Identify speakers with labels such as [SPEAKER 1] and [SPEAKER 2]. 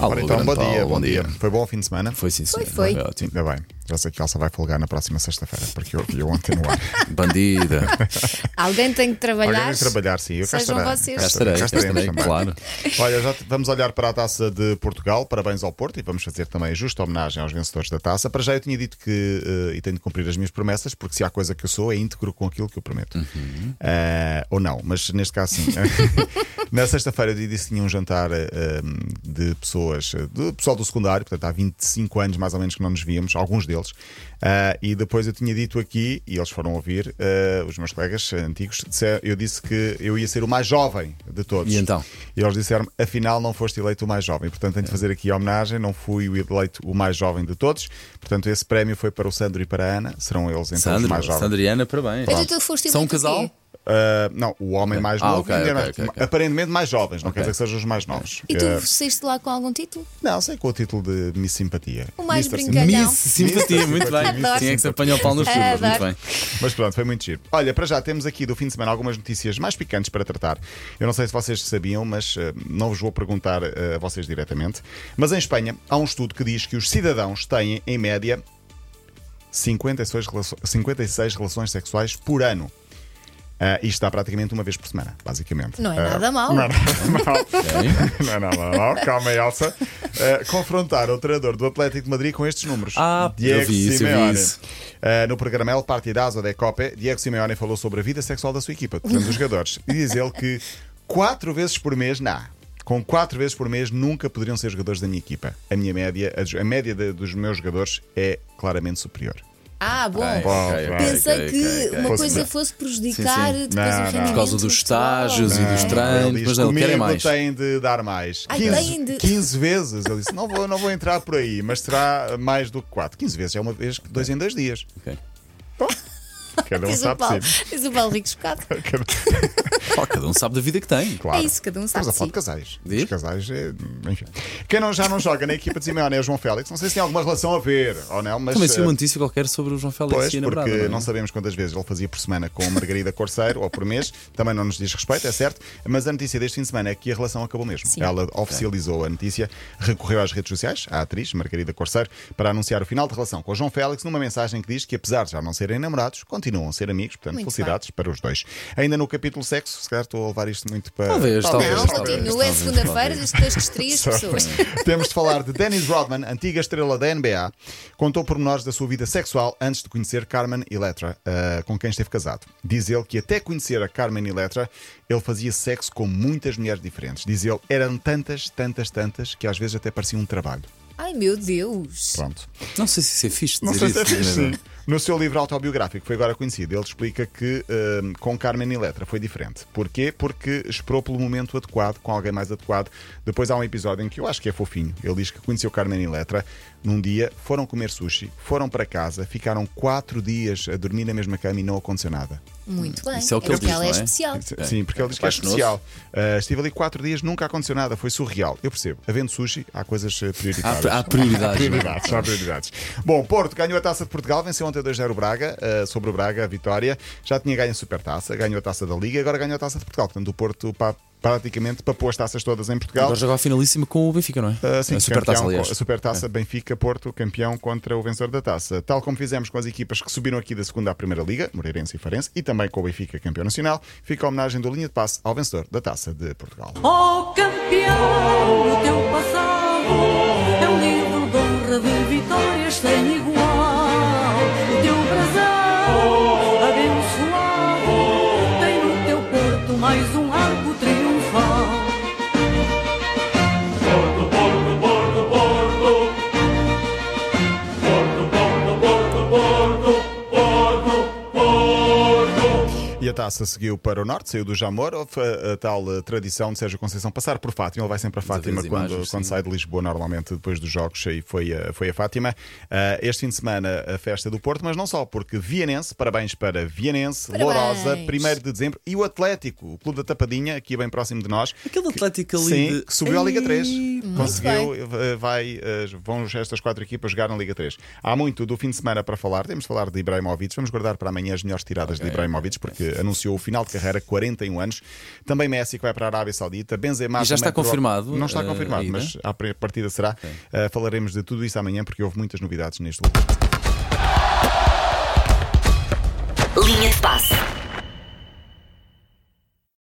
[SPEAKER 1] Alô,
[SPEAKER 2] Ora, então, bom
[SPEAKER 1] Grande
[SPEAKER 2] dia,
[SPEAKER 1] Paulo,
[SPEAKER 2] bom dia. Foi bom o fim de semana?
[SPEAKER 1] Foi sim,
[SPEAKER 3] Foi,
[SPEAKER 1] senhor. é
[SPEAKER 3] foi.
[SPEAKER 1] Ótimo.
[SPEAKER 2] Ainda bem. Já sei que Elsa vai folgar na próxima sexta-feira, porque eu vi ontem no ar.
[SPEAKER 1] Bandida.
[SPEAKER 2] Então,
[SPEAKER 3] Alguém tem que trabalhar.
[SPEAKER 2] Olha, trabalhar, sim. Eu cá
[SPEAKER 3] Sejam
[SPEAKER 2] estarei.
[SPEAKER 3] vocês.
[SPEAKER 2] Cá
[SPEAKER 3] Cá
[SPEAKER 1] estarei,
[SPEAKER 2] cá estaremos
[SPEAKER 1] cá estarei,
[SPEAKER 2] também.
[SPEAKER 1] claro.
[SPEAKER 2] Olha, já te- vamos olhar para a taça de Portugal. Parabéns ao Porto e vamos fazer também a justa homenagem aos vencedores da taça. Para já eu tinha dito que, eh, e tenho de cumprir as minhas promessas, porque se há coisa que eu sou, é íntegro com aquilo que eu prometo.
[SPEAKER 1] Uhum.
[SPEAKER 2] Eh, ou não, mas neste caso sim. Na sexta-feira eu disse que tinha um jantar eh, de pessoas, eh, do pessoal do secundário, portanto há 25 anos mais ou menos que não nos víamos, alguns deles. Ah, e depois eu tinha dito aqui, e eles foram ouvir, eh, os meus colegas eh, antigos, disseram- eu disse que eu ia ser o mais jovem de todos.
[SPEAKER 1] E então?
[SPEAKER 2] E eles disseram afinal não foste eleito o mais jovem. Portanto,
[SPEAKER 1] É.
[SPEAKER 2] tenho de fazer aqui a homenagem, não fui o eleito o mais jovem de todos. Portanto, esse prémio foi para o Sandro e para a Ana. Serão eles então os
[SPEAKER 1] Sandro,
[SPEAKER 2] mais jovens.
[SPEAKER 1] Sandro e Ana, parabéns.
[SPEAKER 3] Mas tu foste
[SPEAKER 1] São um
[SPEAKER 3] eleito o quê?
[SPEAKER 1] casal?
[SPEAKER 2] Ah, não, o homem mais
[SPEAKER 1] Ah,
[SPEAKER 2] novo,
[SPEAKER 1] ok,
[SPEAKER 2] ainda
[SPEAKER 1] ok,
[SPEAKER 2] não-
[SPEAKER 1] ok, ok.
[SPEAKER 2] aparentemente mais jovens, não
[SPEAKER 1] Ok.
[SPEAKER 2] quer dizer que sejam os mais novos.
[SPEAKER 3] E
[SPEAKER 2] Eh,
[SPEAKER 3] tu saíste lá com algum título?
[SPEAKER 2] não, sei com o título de Miss Simpatia.
[SPEAKER 3] O mais
[SPEAKER 2] Mister Simpatia.
[SPEAKER 3] brincalhão. Calhão.
[SPEAKER 1] Miss Simpatia, muito bem.
[SPEAKER 3] Um Adoro.
[SPEAKER 1] Tinha que se apanhar o pau nos filmes, muito
[SPEAKER 3] Adoro.
[SPEAKER 1] bem.
[SPEAKER 2] Mas pronto, foi muito giro. Olha, para já temos aqui do fim de semana algumas notícias mais picantes para tratar. Eu não sei se vocês sabiam, mas eh, não vos vou perguntar eh, a vocês diretamente. Mas em Espanha há um estudo que diz que os cidadãos têm, em média, 56 relações, 56 relações sexuais por ano. Ah, isto dá praticamente uma vez por semana, basicamente.
[SPEAKER 3] Não é
[SPEAKER 2] Ah,
[SPEAKER 3] nada mau.
[SPEAKER 2] Não é nada mal. não, não, não, não, calma, Elsa. Uh, confrontar o treinador do Atlético de Madrid com estes números.
[SPEAKER 1] Ah,
[SPEAKER 2] Diego
[SPEAKER 1] eu vi isso, eu vi
[SPEAKER 2] Simeone.
[SPEAKER 1] isso.
[SPEAKER 2] Uh, no programa El Partidazo de Cope, Diego Simeone falou sobre a vida sexual da sua equipa, portanto, dos jogadores. E diz ele que quatro vezes por mês, não. Com quatro vezes por mês nunca poderiam ser jogadores da minha equipa. A minha média, a, jo- a média de- dos meus jogadores é claramente superior.
[SPEAKER 3] Ah, bom.
[SPEAKER 1] Ok, ok,
[SPEAKER 3] Pensei
[SPEAKER 1] ok, ok,
[SPEAKER 3] que
[SPEAKER 1] ok.
[SPEAKER 3] uma
[SPEAKER 2] Fosse-
[SPEAKER 3] coisa fosse prejudicar
[SPEAKER 1] Sim, sim.
[SPEAKER 3] depois
[SPEAKER 2] Não,
[SPEAKER 3] o
[SPEAKER 2] não.
[SPEAKER 3] rendimento.
[SPEAKER 1] Por causa dos
[SPEAKER 3] pessoal.
[SPEAKER 1] estágios e dos
[SPEAKER 2] É. Ele
[SPEAKER 1] treinos,
[SPEAKER 2] diz,
[SPEAKER 1] mas não, querem
[SPEAKER 2] comigo
[SPEAKER 1] mais.
[SPEAKER 2] tem de dar mais.
[SPEAKER 3] Ai, têm de-
[SPEAKER 2] 15 vezes. Ele disse: não vou, não vou entrar por aí, mas será mais do que 4. 15 vezes é uma vez, dois em dois dias.
[SPEAKER 1] Ok.
[SPEAKER 2] Cada um
[SPEAKER 3] Diz o
[SPEAKER 2] sabe
[SPEAKER 3] Paulo,
[SPEAKER 2] de si.
[SPEAKER 3] diz o Paulo Rico chocado.
[SPEAKER 2] Cada-
[SPEAKER 1] Oh, cada um sabe da vida que tem.
[SPEAKER 2] Claro.
[SPEAKER 3] É isso, cada um
[SPEAKER 2] Estamos
[SPEAKER 3] sabe
[SPEAKER 2] a
[SPEAKER 3] de
[SPEAKER 2] falar de
[SPEAKER 3] si.
[SPEAKER 2] casais.
[SPEAKER 1] Diz?
[SPEAKER 2] Os casais, é- enfim. Quem não, já não joga na equipa de Simeone é o João Félix. Não sei se tem alguma relação a ver ou não, mas.
[SPEAKER 1] Também se
[SPEAKER 2] eh,
[SPEAKER 1] uma notícia qualquer sobre o João Félix
[SPEAKER 2] Pois,
[SPEAKER 1] e a namorada.
[SPEAKER 2] porque
[SPEAKER 1] é?
[SPEAKER 2] não sabemos quantas vezes ele fazia por semana com a Margarida Corceiro ou por mês, também não nos diz respeito, é certo. Mas a notícia deste fim de semana é que a relação acabou mesmo.
[SPEAKER 3] Sim.
[SPEAKER 2] Ela oficializou a notícia, recorreu às redes sociais, à atriz Margarida Corceiro, para anunciar o final de relação com o João Félix numa mensagem que diz que, apesar de já não serem namorados, continuam a ser amigos, portanto,
[SPEAKER 3] Muito
[SPEAKER 2] felicidades para os dois. Ainda no capítulo sexo, se calhar estou a levar isto muito para.
[SPEAKER 1] Talvez, talvez,
[SPEAKER 3] Não,
[SPEAKER 1] talvez.
[SPEAKER 3] continua, é
[SPEAKER 1] talvez,
[SPEAKER 3] segunda-feira,
[SPEAKER 1] talvez.
[SPEAKER 3] das três das três pessoas.
[SPEAKER 2] Temos de falar de Dennis Rodman, antiga estrela da NBA, contou pormenores da sua vida sexual antes de conhecer Carmen Electra, ah, com quem esteve casado. Diz ele que até conhecer a Carmen Electra, ele fazia sexo com muitas mulheres diferentes. Diz ele, eram tantas, tantas, tantas, que às vezes até parecia um trabalho.
[SPEAKER 3] Ai, meu Deus.
[SPEAKER 2] Pronto.
[SPEAKER 1] Não sei se isso é fixe dizer
[SPEAKER 2] Não sei
[SPEAKER 1] isso.
[SPEAKER 2] se é fixe.
[SPEAKER 1] mas-
[SPEAKER 2] No seu livro autobiográfico, que foi agora conhecido, ele explica que hum, com Carmen Electra foi diferente. Porquê? Porque esperou pelo momento adequado, com alguém mais adequado. Depois há um episódio em que eu acho que é fofinho. Ele diz que conheceu Carmen Electra num dia, foram comer sushi, foram para casa, ficaram quatro dias a dormir na mesma cama e não aconteceu nada.
[SPEAKER 3] Muito bem.
[SPEAKER 1] Isso é o que
[SPEAKER 3] É
[SPEAKER 1] ele
[SPEAKER 3] porque
[SPEAKER 1] diz,
[SPEAKER 3] ela
[SPEAKER 1] não
[SPEAKER 3] é
[SPEAKER 1] é?
[SPEAKER 3] especial.
[SPEAKER 2] Sim, porque ele diz que é
[SPEAKER 1] Apaixonou-se.
[SPEAKER 2] especial. Ah, estive ali quatro dias, nunca aconteceu nada, foi surreal. Eu percebo. Havendo sushi, há coisas eh, prioritárias.
[SPEAKER 1] Há- há prioridades, não é?
[SPEAKER 2] prioridades, há prioridades. Bom, Porto ganhou a taça de Portugal, venceu ontem 2-0 o Braga, eh, sobre o Braga, a vitória. Já tinha ganho a supertaça, ganhou a taça da Liga, agora ganhou a taça de Portugal. Portanto, o Porto pa- praticamente papou as taças todas em Portugal.
[SPEAKER 1] Agora joga a finalíssima com o Benfica, não é?
[SPEAKER 2] Ah, sim,
[SPEAKER 1] a
[SPEAKER 2] campeão
[SPEAKER 1] supertaça,
[SPEAKER 2] com-
[SPEAKER 1] aliás. É.
[SPEAKER 2] a Supertaça Benfica Porto, campeão contra o vencedor da taça. Tal como fizemos com as equipas que subiram aqui da segunda à primeira liga, Moreirense e Farense, e também com o Benfica campeão nacional, fica a homenagem do linha de passe ao vencedor da taça de Portugal.
[SPEAKER 4] Oh campeão, o teu passado é um livro de honra de vitórias sem igual. O teu brasão abençoado tem no teu porto mais um arco triunfal.
[SPEAKER 2] E a taça seguiu para o norte, saiu do Jamor, houve a, a tal eh, tradição de Sérgio Conceição passar por Fátima. Ele vai sempre a Fátima
[SPEAKER 1] ver as
[SPEAKER 2] quando,
[SPEAKER 1] imagens,
[SPEAKER 2] quando
[SPEAKER 1] sim.
[SPEAKER 2] sai de Lisboa, normalmente depois dos jogos, e foi, a- foi a Fátima. Ah, este fim de semana, a festa do Porto, mas não só, porque Vianense, parabéns para Vianense,
[SPEAKER 3] Parabéns.
[SPEAKER 2] Lourosa, 1 de dezembro, e o Atlético, o Clube da Tapadinha, aqui bem próximo de nós.
[SPEAKER 1] Aquele Atlético ali
[SPEAKER 2] Sim,
[SPEAKER 1] de-
[SPEAKER 2] que subiu à Liga 3.
[SPEAKER 1] Ei,
[SPEAKER 2] Conseguiu, eh, vai, eh, vão estas quatro equipas jogar na Liga 3. Há muito do fim de semana para falar. Temos de falar de Ibrahimovic. Vamos guardar para amanhã as melhores tiradas de Ibrahimovic, porque anunciou anunciou o final de carreira, 41 anos. Também Messi que vai para a Arábia Saudita. Benzema
[SPEAKER 1] E já
[SPEAKER 2] também
[SPEAKER 1] está confirmado,
[SPEAKER 2] Não está
[SPEAKER 1] eh,
[SPEAKER 2] confirmado,
[SPEAKER 1] a ida?
[SPEAKER 2] mas à pre- partida será. Eh, falaremos de tudo isso amanhã porque houve muitas novidades neste último.
[SPEAKER 5] Linha de passe.